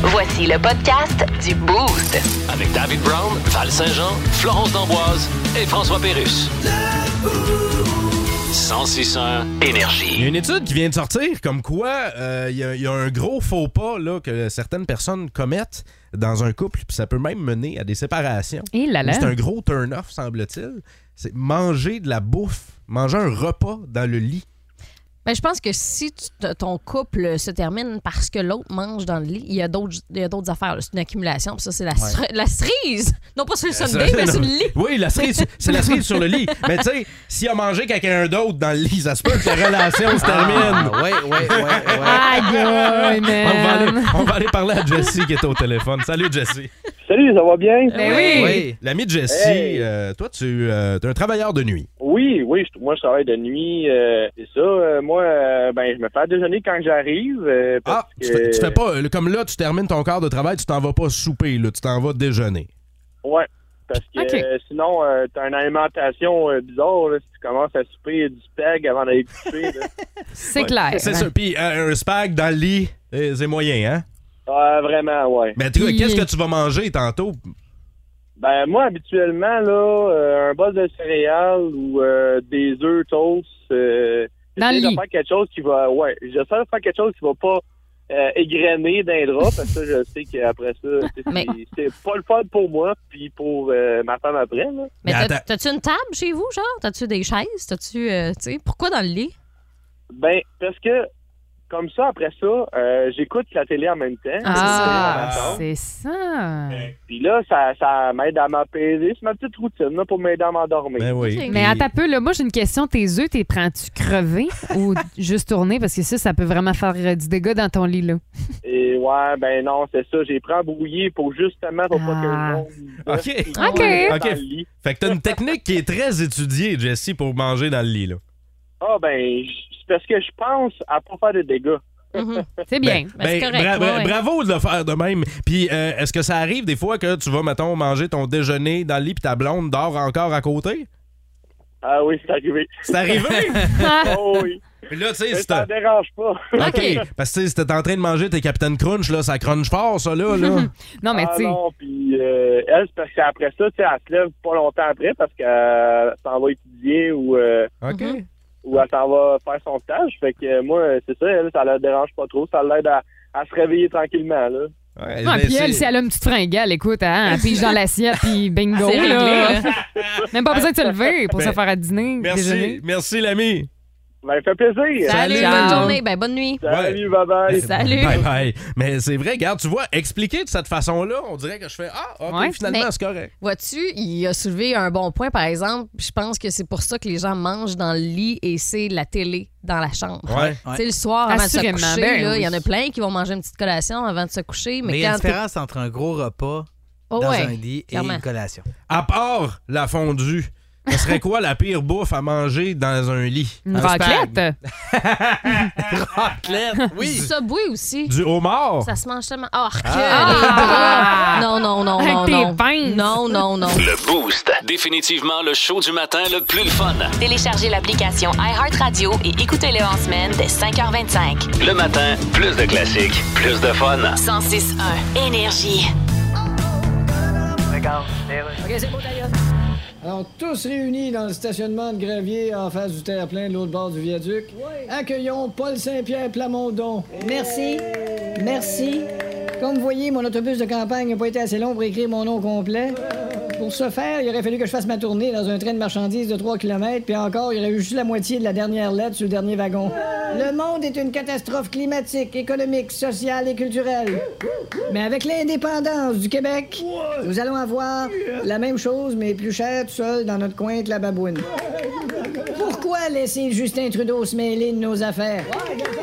Voici le podcast du Boost. Avec David Brown, Val Saint-Jean, Florence D'Amboise et François Pérus. 1061 Il y a Énergie. une étude qui vient de sortir comme quoi euh, il y a- il y, a un gros faux pas là, que certaines personnes commettent dans un couple, puis ça peut même mener à des séparations. Et là là. C'est un gros turn-off, semble-t-il. C'est manger de la bouffe, manger un repas dans le lit. Mais Ben, je pense que si tu- t- ton couple se termine parce que l'autre mange dans le lit, il y a d'autres il y a d'autres affaires. là. C'est une accumulation. Puis ça, c'est la, cere- la cerise. Non pas sur le Sunday, mais Non. sur le lit. Oui, la cerise, c'est la cerise sur le lit. Mais tu sais, s'il a mangé quelqu'un d'autre dans le lit, ça se peut que la relation se Ah, termine. oui, oui, oui, oui. Aïe, On va, aller, on va aller parler à Jessie qui est au téléphone. Salut Jessie. Salut, ça va bien? Ben oui. Oui. L'ami de Jessie, Hey. euh, toi, tu euh, t'es un travailleur de nuit. Oui, oui, je- moi je travaille de nuit, euh, c'est ça. euh, moi, euh, ben je me fais à déjeuner quand j'arrive. euh, parce Ah, tu fais, que- tu fais pas. euh, Comme là, tu termines ton quart de travail, tu t'en vas pas souper, là, tu t'en vas déjeuner. Ouais, parce que Ok. euh, sinon, euh, t'as une alimentation euh, bizarre là, si tu commences à souper du peg avant d'aller coucher. là. C'est clair. C'est ça. Puis euh, un spag dans le lit, euh, c'est moyen, hein? Ah, vraiment, ouais. Mais tu- Puis- qu'est-ce que tu vas manger tantôt? Ben moi, habituellement, là, euh, un bol de céréales ou euh, des œufs toast. Euh, Dans j'essaie le de lit. faire quelque chose qui va. Ouais, j'essaie de faire quelque chose qui va pas euh, égrener d'un drap, parce que je sais qu'après ça, c'est- Mais- c'est c'est pas le fun pour moi puis pour euh, ma femme après. Là. Mais Mais t'as- attends. t'as-tu une table chez vous, genre? T'as-tu des chaises? T'as-tu. euh, tu sais, pourquoi dans le lit? Ben, parce que comme ça, après ça, euh, j'écoute la télé en même temps. Ah. Ah, c'est ça. Puis là, ça, ça m'aide à m'apaiser. C'est ma petite routine là, pour m'aider à m'endormir. Ben oui. Ok. Mais à Puis- ta peu, là, moi j'ai une question. Tes œufs, t'es prends-tu crevé ou juste tourner? Parce que ça, ça peut vraiment faire euh, du dégât dans ton lit, là. Et ouais, ben non, c'est ça. J'ai pris en brouillé pour justement pour pas que Ah. le monde. Ok. Dans Ok. le lit. Fait que t'as une technique qui est très étudiée, Jessie, pour manger dans le lit, là. Ah, ben, j- c'est parce que je pense à pas faire de dégâts. Mhm. C'est bien. Ben, c'est correct, bra- bra- ouais, ouais. Bravo de le faire de même. Puis euh, est-ce que ça arrive des fois que tu vas, mettons, manger ton déjeuner dans le lit, puis ta blonde dort encore à côté? Ah oui, c'est arrivé. C'est arrivé? Ah, Oh oui. Puis là, tu sais, Mais c'est ça un- ne dérange pas. ben, OK. OK. Parce que tu sais, si t'es en train de manger tes Capitaine Crunch, là, ça crunch fort, ça, là. là. non, mais ah tu sais. non, puis euh, elle, c'est parce qu'après ça, tu sais, elle se lève pas longtemps après parce qu'elle s'en va étudier ou, euh, OK. Mm-hmm. ou elle s'en va faire son stage. Fait que euh, moi, c'est ça, elle, ça la dérange pas trop. Ça l'aide à, à se réveiller tranquillement, là. Ouais, Ouais, ben, Ah, puis elle, c'est- si elle a une petite fringale, écoute, hein, elle pige dans l'assiette, puis bingo, C'est réglé, là. là. Même pas besoin de se lever pour Ben, se faire à dîner, Merci, déjeuner. merci l'ami. Ben, fait plaisir. Salut, Ciao. bonne journée. Ben, bonne nuit. Salut, bye bye. Salut. Bye bye. Mais c'est vrai, regarde, tu vois, expliquer de cette façon-là, on dirait que je fais Ah, ok, Ouais. finalement, Mais- c'est correct. Vois-tu, il a soulevé un bon point, par exemple. Je pense que c'est pour ça que les gens mangent dans le lit et c'est la télé dans la chambre. Ouais. Ouais. Tu sais, le soir, avant de se Assurément, coucher, ben là, il oui. y en a plein qui vont manger une petite collation avant de se coucher. Mais, Mais il y a une quand t'es- différence entre un gros repas Oh, dans ouais. un lit et clairement. une collation. À part la fondue, ce serait quoi la pire bouffe à manger dans un lit? Une Un raclette. Du Subway aussi. Du homard? Ça se mange tellement. Oh, que Ah! les bras. Non, non, non, Avec non, tes non. pinces. Non, non, non. Le Boost. Définitivement le show du matin le plus le fun. Téléchargez l'application iHeartRadio et écoutez-le en semaine dès 5h25. Le matin, plus de classiques, plus de fun. 106.1 Énergie. Alors, tous réunis dans le stationnement de gravier en face du terre-plein de l'autre bord du viaduc, accueillons Paul Saint-Pierre Plamondon. Merci. Merci. Comme vous voyez, mon autobus de campagne n'a pas été assez long pour écrire mon nom complet. Pour ce faire, il aurait fallu que je fasse ma tournée dans un train de marchandises de 3 km, puis encore, il y aurait eu juste la moitié de la dernière lettre sur le dernier wagon. Le monde est une catastrophe climatique, économique, sociale et culturelle. Mais avec l'indépendance du Québec, nous allons avoir la même chose, mais plus cher tout seul dans notre coin de la baboune. Pourquoi laisser Justin Trudeau se mêler de nos affaires?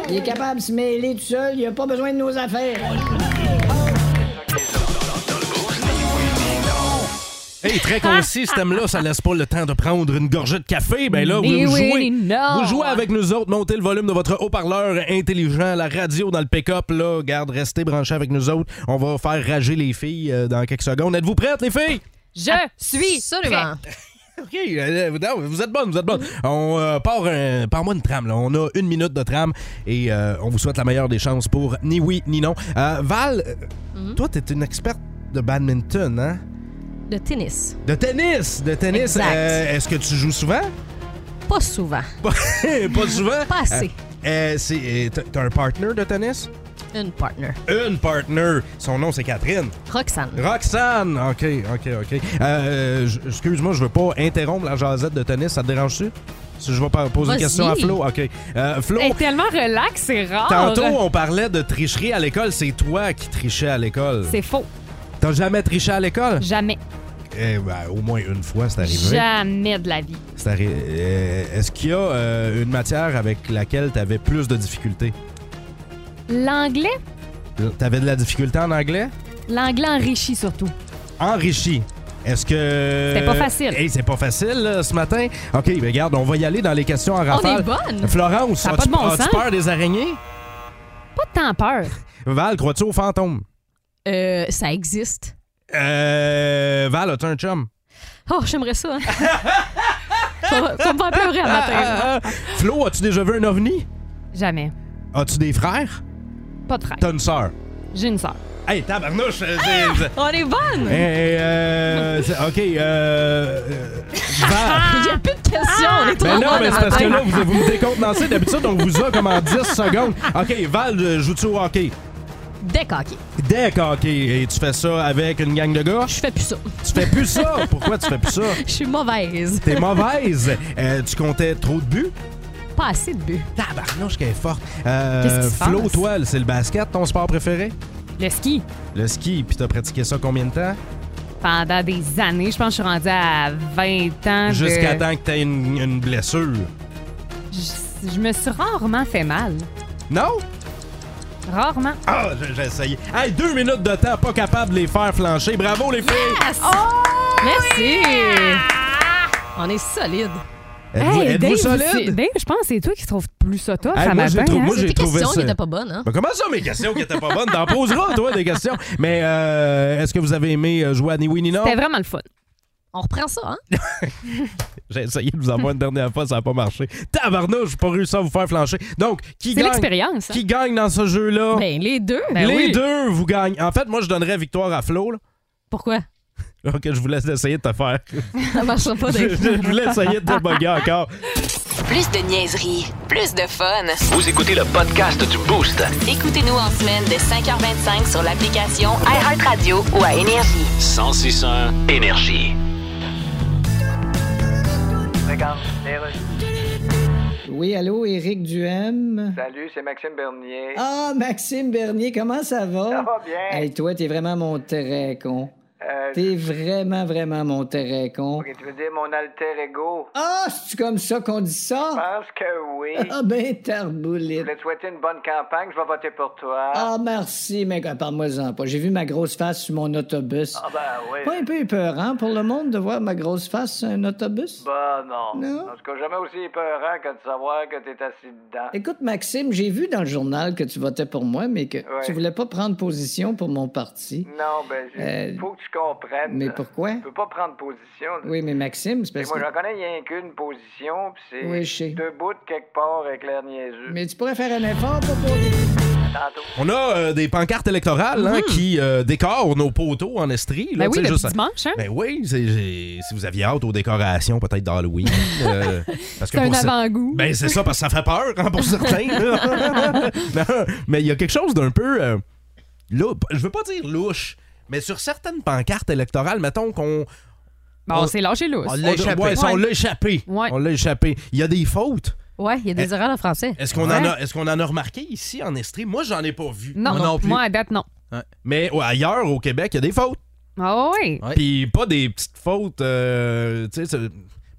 Il est capable de se mêler tout seul, il a pas besoin de nos affaires. Hey, très concis, ce thème-là, ça laisse pas le temps de prendre une gorgée de café. Ben là, vous Ni oui, jouez. ni non. Vous jouez avec nous autres, montez le volume de votre haut-parleur intelligent, la radio dans le pick-up, là. Garde, restez branchés avec nous autres. On va faire rager les filles euh, dans quelques secondes. Êtes-vous prêtes, les filles? Je suis Absolument. OK, euh, non, vous êtes bonne, vous êtes bonne. On euh, part, un- pars-moi une trame. là. On a une minute de trame et euh, on vous souhaite la meilleure des chances pour ni oui ni non. Euh, Val, euh, Mhm. toi, t'es une experte de badminton, hein? De tennis. De tennis! De tennis! Exact. Euh, Est-ce que tu joues souvent? Eh, Pas souvent. Pas souvent? Pas assez. Euh, c'est- euh, t'as- T'as un partner de tennis? euh, Une partner. Une partner. Son nom, c'est Catherine. Roxane. Roxane! OK, OK, OK. Euh, j- Excuse-moi, je veux pas interrompre la jasette de tennis. Ça te dérange-tu? Si je vais pas poser une Vas-y. question à Flo. OK. Euh, Flo, Elle est tellement relax, c'est rare. tantôt, on parlait de tricherie à l'école. C'est toi qui trichais à l'école. C'est faux. T'as jamais triché à l'école? Jamais. Eh ben, au moins une fois, c'est arrivé. Jamais de la vie. C'est arri- euh, Est-ce qu'il y a euh, une matière avec laquelle t'avais plus de difficultés? L'anglais, T'avais de la difficulté en anglais? l'anglais enrichi surtout. enrichi. Est-ce que. C'était pas facile. Hey, c'est pas facile là, ce matin. OK, ben regarde, on va y aller dans les questions Oh, en On est rafale. bonne. Florence, Ça a pas as-tu de bon as-tu sens. peur des araignées? Pas tant peur. Val, crois-tu aux fantômes? Euh, ça existe. Euh. Val, as-tu un chum? Oh, j'aimerais ça. hein. Faut faut me faire pleurer un matin. Ah, ah. Flo, as-tu déjà vu un ovni? Jamais. As-tu des frères? Pas de frère. T'as une sœur? J'ai une sœur. Hey, tabarnouche! euh, c'est- Ah! c'est- On est bonne. Hey, Eh, euh, c'est- OK, euh. euh, Val. Il n'y a plus de questions. Ah! On est Mais trop non, bonne mais le c'est parce que matin. là, vous, vous me décontenancez d'habitude, on vous a comme en 10 secondes. OK, Val, euh, joues-tu au hockey? Décoqué. Deck hockey. Et tu fais ça avec une gang de gars? Je fais plus ça. Tu fais plus ça? Pourquoi tu fais plus ça? Je suis mauvaise. T'es mauvaise. Euh, tu comptais trop de buts? Pas assez de but. Tabarnouche qu'elle est forte. Euh, Qu'est-ce qui se Flo, passe? toi, c'est le basket, ton sport préféré? Le ski, Le ski, puis t'as pratiqué ça combien de temps? pendant des années, je pense que je suis rendue à 20 ans. de- Jusqu'à temps que t'aies une, une blessure. Je, je me suis rarement fait mal. Non? Rarement. Ah, j'ai- j'ai essayé. Hey, deux minutes de temps, pas capable de les faire flancher. Bravo, les filles! Merci. On est solide. Êtes-vous- Hey, êtes-vous Dave, c'est- solide? Dave, je pense que c'est toi qui trouves plus ça top Hey, ça moi, j'ai matin. trouvé- hein? moi, j'ai Tes trouvé questions ça- n'étaient pas bonnes, hein? Ben, comment ça, mes questions qui étaient pas bonnes? T'en poseras, toi, des questions. Mais euh, est-ce que vous avez aimé euh, jouer à Ni Oui Ni Non? C'était vraiment le fun. On reprend ça, hein? J'ai essayé de vous avoir une dernière fois, ça n'a pas marché. Tabarnouche, j'ai pas réussi à vous faire flancher. Donc, qui C'est gagne, l'expérience. hein? qui gagne dans ce jeu-là? Ben, les deux. Les deux, vous gagnez. En fait, moi, je donnerais victoire à Flo. Là. Pourquoi? Ok, je vous laisse essayer de te faire. Ça marchera pas, Ben. je, Dave. je voulais essayer de te bugger encore. Plus de niaiserie, plus de fun. Vous écoutez le podcast du Boost. Écoutez-nous en semaine de 5h25 sur l'application iHeartRadio ou à Énergie. 1061 Énergie. Oui, allô, Éric Duhem. Salut, c'est Maxime Bernier. Ah, Maxime Bernier, comment ça va? Ça va bien. Euh, Hey, toi, t'es vraiment mon très con. T'es vraiment, vraiment mon très con. tu veux dire mon alter ego? Ah, c'est-tu comme ça qu'on dit ça? pense que oui. Ah, ben, tarboulette. te souhaiter une bonne campagne, je vais voter pour toi. Ah, merci, mais parle-moi-en pas. J'ai vu ma grosse face sur mon autobus. ben oui. Pas un peu épeurant hein, pour le monde de voir ma grosse face sur un autobus? Bah non. Non. En tout cas, jamais aussi épeurant que de savoir que t'es assis dedans. Écoute, Maxime, j'ai vu dans le journal que tu votais pour moi, mais que Ouais. tu voulais pas prendre position pour mon parti. Non, ben, il Euh, faut que tu comprennes. Mais pourquoi? pourquoi? Tu Mm. peux pas prendre position. là. Oui, mais Maxime, c'est Et parce moi, que... j'en connais rien qu'une position, puis c'est Oui, je sais. debout de quelque part avec l'air niaiseux. Mais tu pourrais faire un effort pour... poser- Tantôt. On a euh, des pancartes électorales hein, qui euh, décorent nos poteaux en estrie. Là, Mhm. Ben tu oui, sais, le juste- petit dimanche, hein? Ben oui, c'est- j'ai- si vous aviez hâte aux décorations, peut-être d'Halloween. euh, parce que C'est un pour ça- avant-goût. Ben c'est ça, parce que ça fait peur hein, pour certains. là. Non, mais il y a quelque chose d'un peu... euh, lou- je veux pas dire louche, mais sur certaines pancartes électorales, mettons qu'on... bon, c'est lâché lousse. Ben, on- ouais, ça, on l'a échappé. Ouais. On l'a échappé. Il y a des fautes. Ouais, il y a des erreurs en français. Est-ce qu'on en, Ouais. a- est-ce qu'on en a remarqué ici en Estrie? Moi, j'en ai pas vu. Non, Moi non plus. moi, à date, non. Mais ouais, ailleurs, au Québec, il y a des fautes. Ah oui. Ouais. Puis pas des petites fautes. euh, tu sais, c'est-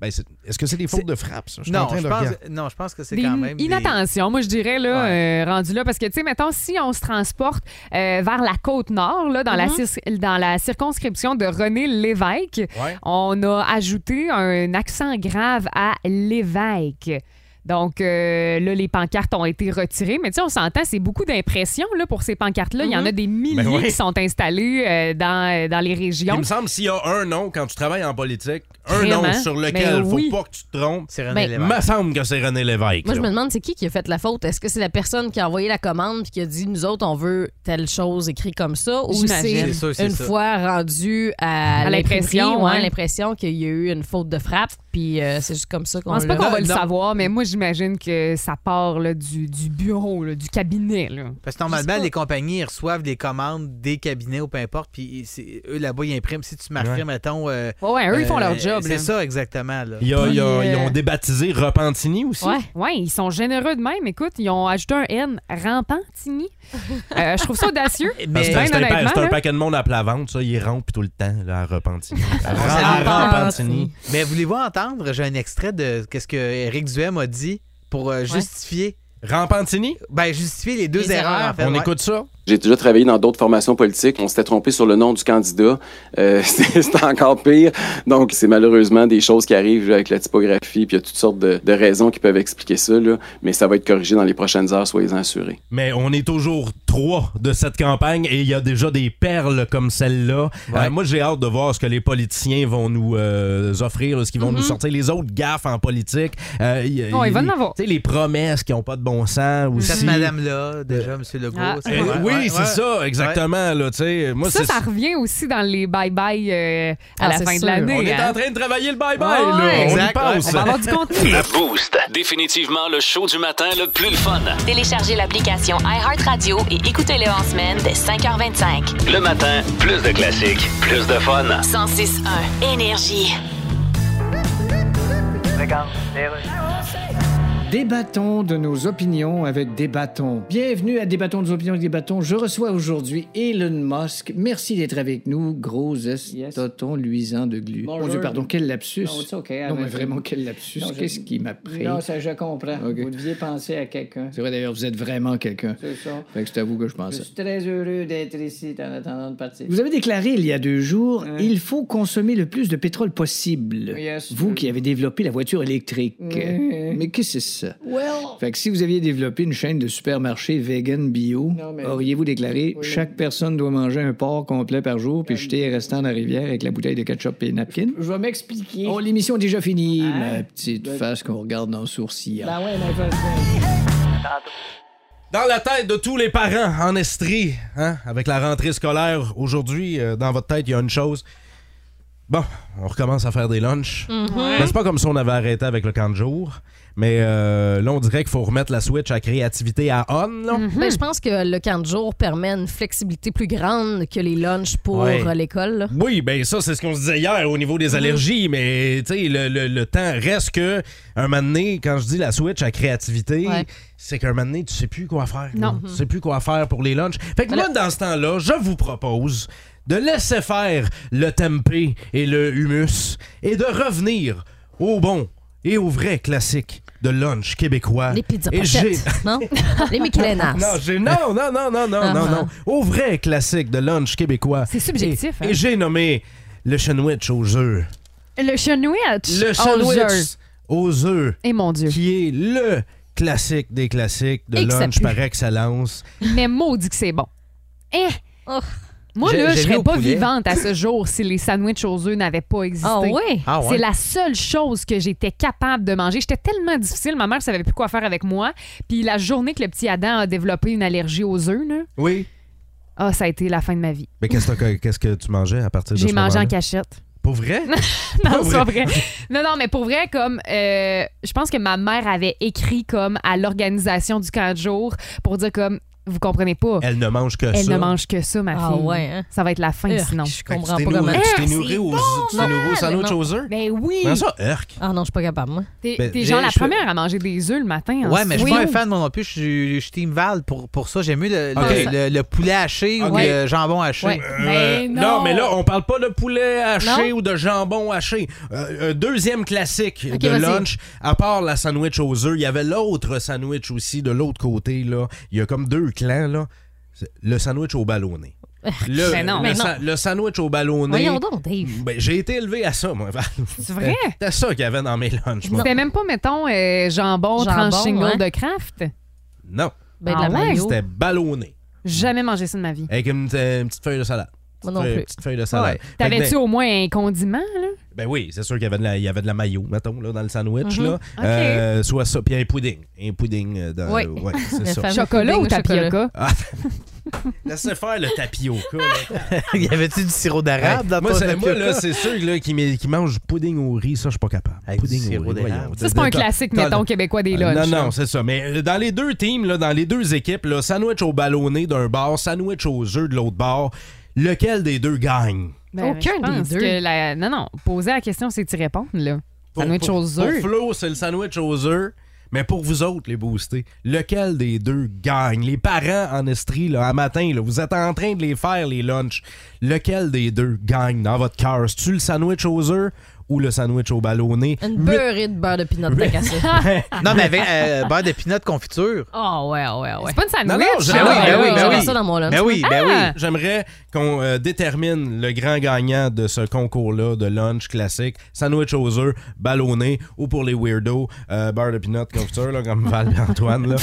ben, c'est- est-ce que c'est des fautes de frappe, ça? Je suis en Non, train je de regarder. pense, non, je pense que c'est Des quand même. des- inattentions, moi je dirais, là, euh, rendu là, parce que, tu sais, mettons, si on se transporte euh, vers la côte nord, là, dans, la cir- dans la circonscription de René Lévesque, Ouais. on a ajouté un accent grave à Lévesque. Donc, euh, là, les pancartes ont été retirées. Mais tu sais, on s'entend, c'est beaucoup d'impressions là, pour ces pancartes-là. Il y en a des milliers Ben oui. qui sont installés euh, dans, dans les Il régions. me semble s'il y a un nom quand tu travailles en politique, un nom Vraiment? sur lequel Ben faut oui. pas que tu te trompes. C'est René Ben, Lévesque. Me semble que c'est René Lévesque. Moi, je là. me demande, c'est qui qui a fait la faute? Est-ce que c'est la personne qui a envoyé la commande puis qui a dit, nous autres, on veut telle chose écrite comme ça? Ou J'imagine. c'est C'est sûr, c'est une ça. fois rendu à, À l'impression, l'impression, ouais. l'impression qu'il y a eu une faute de frappe, puis euh, c'est juste comme ça Je qu'on pense pas l'a- qu'on va le Non. savoir, mais moi, j'imagine que ça part là, du, du bureau, là, du cabinet. là. Parce que Je sais normalement, pas. les compagnies ils reçoivent des commandes des cabinets ou peu importe, puis c'est- eux là-bas, ils impriment. Si tu marquerais, mettons. euh, Ouais, ouais, Ben, eux, ils font leur euh, job. C'est là. ça, exactement. là. Il y a- il y a- Puis, Ils euh, ont débaptisé Repentini aussi. Ouais, ouais, ils sont généreux de même. Écoute, ils ont ajouté un N rampantini. Euh, je trouve ça audacieux. Parce que Mais Ben, c'est un, pa- honnêtement, c'est un là. paquet de monde à plat ventre, ça. Ils rampent tout le temps là, à Repentini. Ah, à Repentini. Mais voulez-vous entendre? J'ai un extrait de quest ce que Eric Duhem a dit pour euh, justifier. Rampantini, Ben, justifier les deux Les erreurs, erreurs. en fait. on ouais. écoute ça. J'ai déjà travaillé dans d'autres formations politiques. On s'était trompé sur le nom du candidat. Euh, c'est c'est encore pire. Donc, c'est malheureusement des choses qui arrivent avec la typographie. Puis il y a toutes sortes de, de raisons qui peuvent expliquer ça. là. Mais ça va être corrigé dans les prochaines heures, soyez-en assurés. Mais on est toujours trois de cette campagne et il y a déjà des perles comme celle-là. Euh, moi, j'ai hâte de voir ce que les politiciens vont nous euh, offrir, là, ce qu'ils vont nous Mhm. sortir, les autres gaffes en politique. Euh, y- Oh, y- ils vont en les- avoir. Mhm. tu sais, les promesses qui n'ont pas de bon sens aussi. Cette madame-là, déjà, Monsieur Legault. Ah. c'est- Euh, ouais, oui, ouais, c'est ouais. ça, exactement. Là, tu sais. moi, ça, c'est ça revient aussi dans les bye-bye euh, à Ah, la c'est fin de sûr. l'année. On est hein. en train de travailler le bye-bye. Ouais, là. exact, On y pense. On va avoir du contenu. Le Boost. Définitivement le show du matin le plus le fun. Téléchargez l'application iHeartRadio et écoutez-le en semaine dès 5h25. Le matin, plus de classiques, plus de fun. 106.1 Énergie. Débattons de nos opinions avec des bâtons. Bienvenue à Débattons de nos opinions avec des bâtons. Je reçois aujourd'hui Elon Musk. Merci d'être avec nous, gros estoton luisant de glu. Bonjour. Mon Dieu, pardon, quel lapsus. Non, it's okay, Non, mais avec- vraiment, quel lapsus. Non, je- Qu'est-ce qui m'a pris? Non, ça, je comprends. Ok. Vous deviez penser à quelqu'un. C'est vrai, d'ailleurs, vous êtes vraiment quelqu'un. C'est ça. Fait que c'est à vous que je Je pensais. suis très heureux d'être ici en attendant de partir. Vous avez déclaré il y a deux jours, Hein? il faut consommer le plus de pétrole possible. Yes, vous sir. qui avez développé la voiture électrique. Mhm. Mais qu'est-ce que c'est ça? Well, Fait que si vous aviez développé une chaîne de supermarchés vegan bio, Non, mais- auriez-vous déclaré Oui. Euh, chaque personne doit manger un porc complet par jour puis jeter les restants dans la rivière avec la bouteille de ketchup et napkin? je vais m'expliquer. Oh, l'émission est déjà finie, Hein? ma petite Ben- face qu'on regarde dans le sourcil. Ben ouais, mais je Dans la tête de tous les parents en Estrie, hein, avec la rentrée scolaire aujourd'hui, euh, dans votre tête, il y a une chose. Bon, on recommence à faire des lunchs. Ben, c'est pas comme si on avait arrêté avec le camp de jour, mais euh, là, on dirait qu'il faut remettre la switch à créativité à on. là. Mhm. Ben, je pense que le camp de jour permet une flexibilité plus grande que les lunchs pour Ouais. euh, l'école. là. Oui, ben ça, c'est ce qu'on se disait hier au niveau Mhm. des allergies, mais tu sais, le, le- le temps reste que, un moment donné, quand je dis la switch à créativité, Ouais. c'est qu'un moment donné, tu sais plus quoi faire. Non. là. Tu sais plus quoi faire pour les lunchs. Fait que moi, dans ce temps-là, je vous propose de laisser faire le tempeh et le humus et de revenir au bon et au vrai classique de lunch québécois. Les pizzas Et j'ai- pochettes, non? les Michelenas. non, j'ai- non, non, non, non, non, non, Ah. non. Au vrai classique de lunch québécois. C'est subjectif, Et, hein? et j'ai nommé le sandwich aux œufs. Le sandwich. Le aux œufs. sandwich aux œufs, Et mon Oh, Dieu. qui est le classique des classiques de Et que ça lunch pue. par excellence. Mais maudit que c'est bon. Eh! Oh. Moi, J'ai- là, j'ai je mis serais au pas poulet. vivante à ce jour si les sandwichs aux œufs n'avaient pas existé. Ah ouais? Ah C'est ouais. la seule chose que j'étais capable de manger. J'étais tellement difficile, ma mère savait plus quoi faire avec moi. Puis la journée que le petit Adam a développé une allergie aux œufs, là, Oui. ah, ça a été la fin de ma vie. Mais qu'est-ce que, qu'est-ce que tu mangeais à partir de ce J'ai mangé hein? en moment-là? cachette. Pour vrai? Ah Non, Pas c'est vrai. pas vrai. Non, non, mais pour vrai, comme euh, je pense que ma mère avait écrit comme à l'organisation du camp de jour pour dire comme vous comprenez pas, Elle ne mange que elle ça. ne mange que ça, ma Ah fille. ouais, hein? Ça va être la fin Urk, sinon. Je Fait que tu comprends t'es pas comment. nourri- Tu Eh, t'es nourri c'est aux tu t'es nourri au sandwich non. aux œufs? Ben oui. Comment ça, Urk? Ah non, je suis pas capable, moi. T'es Ben, t'es j'ai- genre la je- première à manger des œufs le matin. hein. en Ouais, mais je suis pas semaine. un fan, moi non plus. Je suis- je suis Team Val pour, pour ça. J'aime mieux le, le- Ok. le- le poulet haché ou Ok. le jambon haché. Ouais. Euh, Mais non. mais là, on parle pas de poulet haché Non? ou de jambon haché. Euh, euh, deuxième classique Ok, de vas-y. lunch, à part la sandwich aux œufs, il y avait l'autre sandwich aussi de l'autre côté. là. Il y a comme deux clans. là. C'est Le sandwich au ballonné. Le, Ben Mais non. le Mais non. sa- le sandwich au ballonné. Voyons donc, Dave. Ben, J'ai été élevé à ça, moi. Val. C'est vrai? C'était ça qu'il y avait dans mes lunchs. moi. C'était même pas, mettons, euh, jambon, Jambon, tranche shingle ouais. de Kraft. Non, Ben, de la Ah ouais? mayo. c'était ballonné. Jamais mangé ça de ma vie. Avec une, euh, une petite feuille de salade. Moi non Feuille- plus. Petite feuille de salade. Fait que T'avais-tu ben- au moins un condiment, là? Ben oui, c'est sûr qu'il y avait de la, il y avait de la mayo, mettons, là, dans le sandwich. là. Mhm. Ok. Euh, soit ça, puis un pudding. Un pudding euh, dans Oui. le- ouais, c'est Le ça. fameux Chocolat pudding ou au chocolat. tapioca? Ah, Laissez faire le tapioca. là. y avait-tu du sirop d'arabe dans moi, ton c'est- moi, tapioca? là, c'est sûr là, qui, mé- qui mange pudding au riz, ça, je suis pas capable. Avec du pudding sirop d'érable. voyons. Ça, c'est pas un T'as- classique, t'as- mettons, québécois des Euh, lodges. Non, là. non, c'est ça. Mais euh, dans les deux teams, là, dans les deux équipes, là, sandwich au ballonné d'un bar, sandwich aux œufs de l'autre bar, lequel des deux gagne? Ben, Aucun je pense des deux. que la- Non, non. Poser la question, c'est t'y répondre, là. Sandwich Pour- aux pour- œufs. Pour Flo, c'est le sandwich aux œufs. Mais pour vous autres, les boostés, lequel des deux gagne? Les parents en estrie, là, à matin, là, vous êtes en train de les faire, les lunchs. Lequel des deux gagne dans votre cœur? C'est-tu le sandwich aux œufs ou le sandwich au ballonné? Une Huit- beurrée de beurre de pinot de cassé. Non, mais avec euh, beurre de pinot confiture. Ah, Oh, ouais, ouais, ouais. C'est pas une sandwich. Non, non, j'ai- là. Ah oui, ben oui, ben J'avais oui. ça dans mon lunch. Ben oui, ben Ah! oui. J'aimerais qu'on euh, détermine le grand gagnant de ce concours-là de lunch classique. Sandwich aux œufs, ballonné ou pour les weirdos, euh, beurre de peanut confiture, là, comme Val et Antoine. là.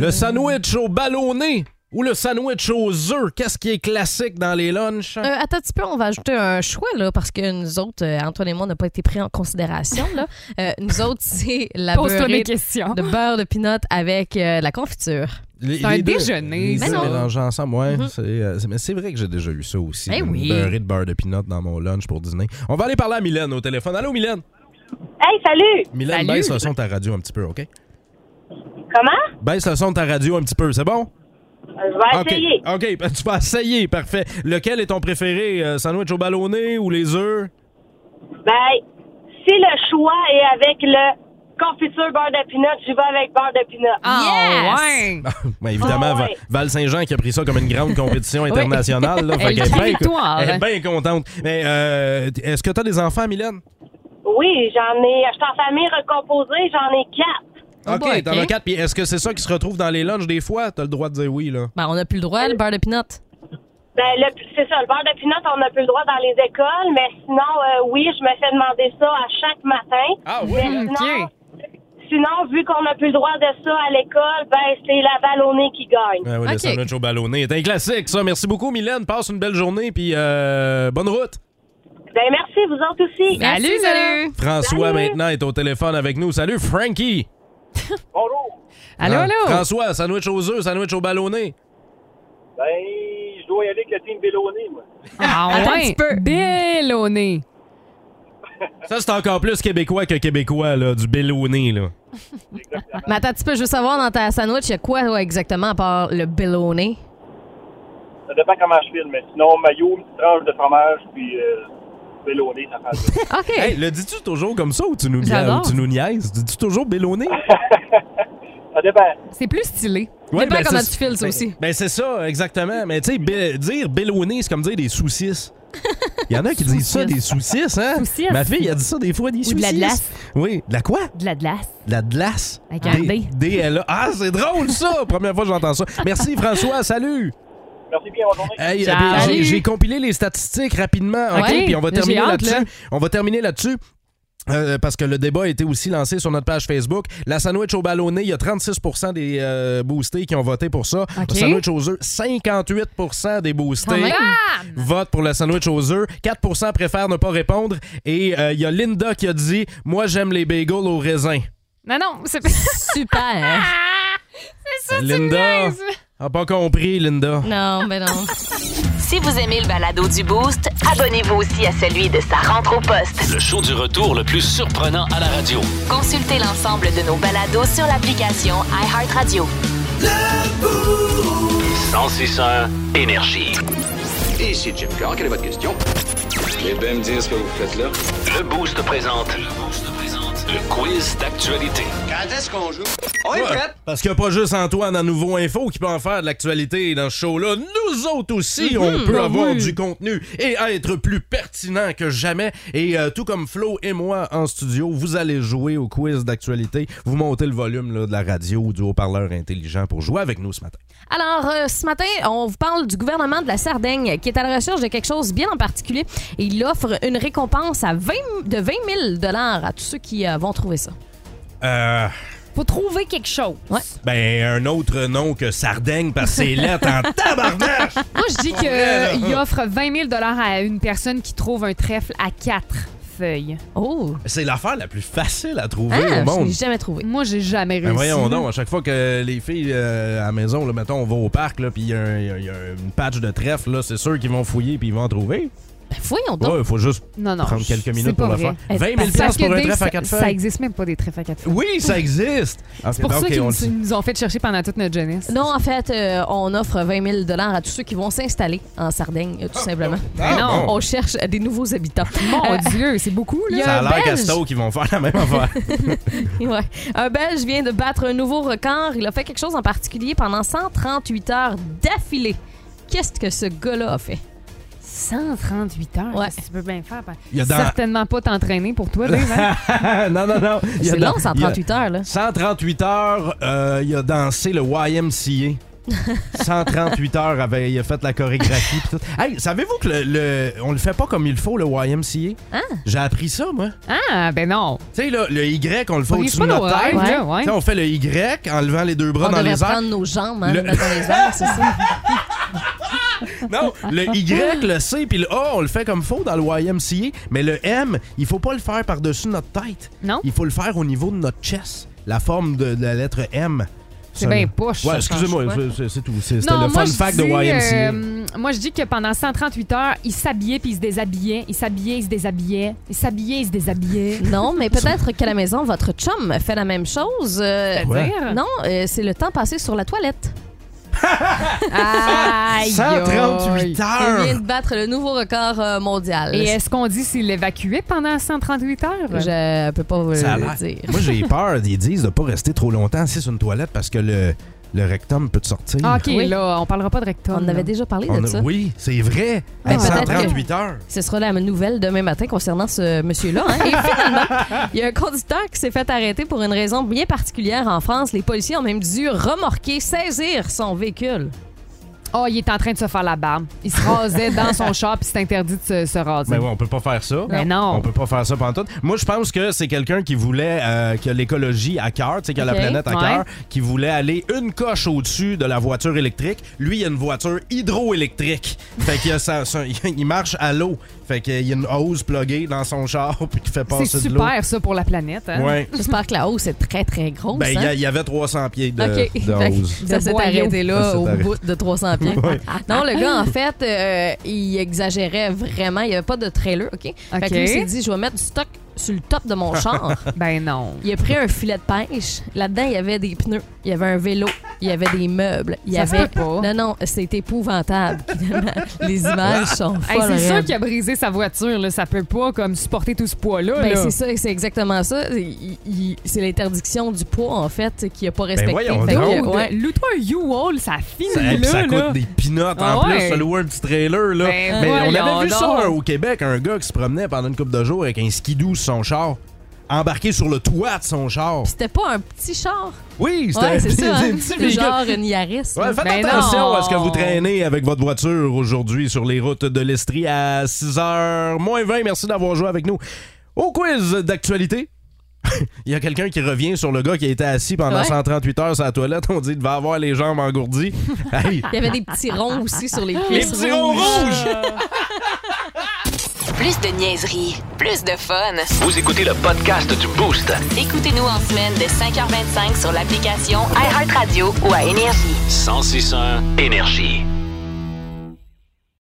Le sandwich au ballonné ou le sandwich aux œufs, qu'est-ce qui est classique dans les lunchs? Euh, attends un petit peu, on va ajouter un choix là, parce que nous autres, euh, Antoine et moi, on n'a pas été pris en considération. Là. Euh, nous autres, c'est la Pose-toi mes beurrée questions. de beurre de pinot avec euh, la confiture. Les- C'est un les deux- déjeuner, Les ça. deux Ben non. mélangés ensemble, ouais. c'est, euh, c'est- mais c'est vrai que j'ai déjà eu ça aussi. Eh une oui. beurrée de beurre de peanut dans mon lunch pour dîner. On va aller parler à Mylène au téléphone. Allô, Mylène? Hey, salut! Mylène, Salut. baisse le son de ta radio un petit peu, OK? Comment? Baisse le son de ta radio un petit peu, c'est bon? Euh, Je Ah, vais OK. essayer. OK, ben, tu vas essayer, parfait. Lequel est ton préféré? euh, sandwich au ballonné ou les œufs? Ben, si le choix est avec le confiture beurre de pinot, je vais avec beurre de pinot. Ah, Yes! ouais. Ben, évidemment, Ah Va- ouais. Val Saint-Jean qui a pris ça comme une grande compétition internationale. là, fait Elle qu'elle est crie bien- victoire. elle est bien contente. Mais euh, est-ce que tu as des enfants, Mylène? Oui, j'en ai. Je suis en famille recomposée, j'en ai quatre. OK, boy, t'en as OK. quatre. Puis est-ce que c'est ça qui se retrouve dans les lunchs des fois? T'as le droit de dire oui, là. Ben, on n'a plus le droit, le beurre de pinot. Ben, le- c'est ça, le beurre de pinot, on n'a plus le droit dans les écoles, mais sinon, euh, oui, je me fais demander ça à chaque matin. Ah oui? Mais sinon, OK. sinon, vu qu'on n'a plus le droit de ça à l'école, ben, c'est la ballonnée qui gagne. Ah oui, le OK. sandwich au ballonné est un classique, ça. Merci beaucoup, Mylène. Passe une belle journée, puis euh, bonne route. Ben, merci, vous autres aussi. Salut, salut. François, Salut. maintenant, est au téléphone avec nous. Salut, Frankie. Bonjour. Allô, Fran- allô. François, sandwich aux œufs, sandwich au ballonné. Ben, je dois y aller avec le team Bélonné, moi. Ah, Attends un ouais. petit peu. Bélonné. Ça, c'est encore plus québécois que québécois, là, du ballonné, là. Mais attends un petit peu, je veux savoir dans ta sandwich, il y a quoi ouais, exactement à part le bélonné? Ça dépend comment je filme, mais sinon, maillot, une petite tranche de fromage, puis euh, Bélonné, ça fait ça. OK. Hey, le dis-tu toujours comme ça ou tu nous, J'adore. ou tu nous niaises? Dis-tu toujours ballonné? Ça dépend. C'est plus stylé. Ouais, Dépend ben, comment c'est- tu files, ça aussi. Ben, c'est ça, exactement. Mais tu sais, bé- dire ballonné, c'est comme dire des saucisses. Il y en a qui disent ça, des saucisses, hein? Saucisses. Ma fille, elle dit ça des fois, des Ou de saucisses. la glace. Oui, de la quoi? De la glace. De la glace. Avec un D- D. DLA. Ah, c'est drôle, ça! Première fois que j'entends ça. Merci, François. Salut! Merci bien, bonne journée. Hey, Ciao. puis j'ai- Salut. J'ai compilé les statistiques rapidement, ok, Ouais, puis on va j'ai terminer hâte, là. là-dessus. On va terminer là-dessus. euh, parce que le débat a été aussi lancé sur notre page Facebook. La sandwich au ballonné, il y a 36 des euh, boostés qui ont voté pour ça. Le sandwich aux œufs, 58 des Quand Ah même. boostés Ah! votent pour le sandwich aux œufs. 4 préfèrent ne pas répondre. Et euh, il y a Linda qui a dit Moi, j'aime les bagels au raisin. Non, non, c'est Super. hein? C'est ça, tu me Linda niaises. a pas compris, Linda. non, mais non. Si vous aimez le balado du Boost, abonnez-vous aussi à celui de sa rentre au poste. Le show du retour le plus surprenant à la radio. Consultez l'ensemble de nos balados sur l'application iHeartRadio. 1061 Énergie. Ici Jim Carr, quelle est votre question? Et bien me dire ce que vous faites là. Le Boost présente. Le Boost présente. Le quiz d'actualité. Quand est-ce qu'on joue? On est prêt? Parce qu'il n'y a pas juste Antoine à Nouveau Info qui peut en faire de l'actualité dans ce show-là. Nous autres aussi, on peut avoir du contenu et être plus pertinent que jamais. Et euh, tout comme Flo et moi en studio, vous allez jouer au quiz d'actualité. Vous montez le volume là, de la radio ou du haut-parleur intelligent pour jouer avec nous ce matin. Alors, euh, ce matin, on vous parle du gouvernement de la Sardaigne qui est à la recherche de quelque chose bien en particulier. Et il offre une récompense à 20 de 20 000 à tous ceux qui euh, vont trouver ça. Euh, Faut trouver quelque chose. Ben, un autre nom que Sardaigne, parce que c'est lettre en tabarnak! Moi, je dis Pour vrai, qu'il là. offre 20 000 à une personne qui trouve un trèfle à quatre feuilles. Oh! C'est l'affaire la plus facile à trouver Ah, au monde. jamais trouvé. Moi, j'ai jamais réussi. Ben voyons là. donc, à chaque fois que les filles euh, à la maison, là, mettons, on va au parc, là, puis il y, a un- il y a- il y a une patch de trèfle, là, c'est sûr qu'ils vont fouiller puis ils vont en trouver. Ben voyons Ouais, donc. il faut juste Non, non. prendre quelques c'est minutes pas pour le vrai. faire. 20 000 Parce que pour un des- trèfle à quatre ça- Ça feuilles. existe même pas des trèfles à quatre feuilles. Oui, ça existe! Ah, C'est pour Ok, ça ok, qu'ils on nous, le sait. nous ont fait chercher pendant toute notre jeunesse. Non, en fait, euh, on offre 20 000 à tous ceux qui vont s'installer en Sardaigne, euh, tout simplement. ah, non, bon. on cherche des nouveaux habitants. Euh, Mon Oh, Dieu, c'est beaucoup, là. Ça a l'air casto qu'ils vont faire la même affaire. Ouais. Un Belge vient de battre un nouveau record. Il a fait quelque chose en particulier pendant 138 heures d'affilée. Qu'est-ce que ce gars-là a fait? 138 heures, qu'est-ce que tu peux bien faire? Il y a dans- Certainement pas t'entraîner pour toi, Dave. hein? non, non, non. Il y a C'est dans- long, 138 il y a- heures, là. 138 heures, euh, il a dansé le YMCA. 138 heures, avait, il a fait la chorégraphie. pis tout. Hey, savez-vous que le, le- on le fait pas comme il faut, le YMCA? J'ai appris ça, moi. Ah, ben non. Tu sais, là, le Y, on le fait Brise au-dessus pas de notre nos tête. rêves, là, ouais. Tu sais, On fait le Y en levant les deux bras on dans devrait les airs. prendre nos jambes, hein, Le- mettre dans les airs, c'est ça? Non, le Y, le C, puis le A, on le fait comme faut dans le YMCA, mais le M, il faut pas le faire par-dessus notre tête. Non. Il faut le faire au niveau de notre chest, la forme de, de la lettre M. C'est Ça, bien là. poche, Ouais, ça, excusez-moi, franchement. c'est- c'est- c'est tout. C'est- C'était Non, le moi, fun je fact de dis, YMCA. euh, moi, je dis que pendant 138 heures, il s'habillait puis il se déshabillait. Il s'habillait, il se déshabillait. Il s'habillait, il se déshabillait. Non, mais peut-être qu'à la maison, votre chum fait la même chose. euh, C'est-à-dire? Non, euh, c'est le temps passé sur la toilette. Ah, Aïe, 138 aïe. Il vient de battre le nouveau record euh, mondial. Et est-ce qu'on dit s'il l'évacuait pendant 138 heures? Je peux pas vous Ça a le l'air- dire. Moi, j'ai peur, ils disent, de pas rester trop longtemps assis sur une toilette parce que le, le rectum peut te sortir. Ah, OK, Oui. là, on parlera pas de rectum. On là. avait déjà parlé On de a- ça. Oui, c'est vrai. Hey, Ah, peut-être que- 138 heures. Ce sera la nouvelle demain matin concernant ce monsieur-là. hein. Et finalement, il y a un conducteur qui s'est fait arrêter pour une raison bien particulière en France. Les policiers ont même dû remorquer, saisir son véhicule. Oh, il est en train de se faire la barbe. Il se rasait dans son char puis c'est interdit de se, se raser. Mais on peut pas faire ça. Ben non. On peut pas faire ça pendant tout. Moi, je pense que c'est quelqu'un qui voulait euh, que l'écologie à cœur, tu sais, qui a Ok, la planète à ouais. cœur, qui voulait aller une coche au-dessus de la voiture électrique. Lui, il a une voiture hydroélectrique. Fait qu'il a sa- sa- il marche à l'eau. Fait qu'il y a une hose pluguée dans son char puis qui fait C'est passer de l'eau. super, ça, pour la planète. Hein? Ouais. J'espère que la hausse est très, très grosse. Ben, il y, hein. a- il y avait 300 pieds de, OK. de hausse. Ça s'est arrêté Ça là s'est au arrêté. bout de 300 pieds. Ouais. Non, le gars, en fait, euh, il exagérait vraiment. Il n'y avait pas de trailer, OK? Fait OK. que lui, il s'est dit, je vais mettre du stock sur le top de mon char. Ben non. Il a pris un filet de pêche. Là-dedans, il y avait des pneus, il y avait un vélo, il y avait des meubles, il y Ça se avait. peut pas. Non, non, c'est épouvantable. Les images sont Hey, folles. c'est sûr raide. qu'il a brisé sa voiture. Là. Ça peut pas comme supporter tout ce poids-là. Ben, là. c'est ça, c'est exactement ça. Il- il- C'est l'interdiction du poids, en fait, qu'il n'a pas respecté. Ben, voyons Fait que, donc. Dude, ouais. Loue-toi un U-Haul, ça finit Ça, là. hey, puis ça coûte là. des pinottes en Ah ouais. plus, se louer un petit trailer. Là. Ben Mais on voyons avait vu donc. ça euh, au Québec, un gars qui se promenait pendant une couple de jours avec un skidoo sur son char, embarqué sur le toit de son char. C'était pas un petit char. Oui, c'était Ouais, c'est des- ça. des hein. petits C'est véhicules. genre une Yaris. Ouais, là. faites Ben attention non. à ce que vous traînez avec votre voiture aujourd'hui sur les routes de l'Estrie à 6h moins 20. Merci d'avoir joué avec nous. Au quiz d'actualité, il y a quelqu'un qui revient sur le gars qui a été assis pendant Ouais. 138 heures sur la toilette. On dit qu'il devait avoir les jambes engourdies. Hey, Il y avait des petits ronds aussi sur les les cuisses. petits ronds rouges! Plus de niaiserie, plus de fun. Vous écoutez le podcast du Boost. Écoutez-nous en semaine de 5h25 sur l'application iHeartRadio ou à Énergie. 1061 Énergie.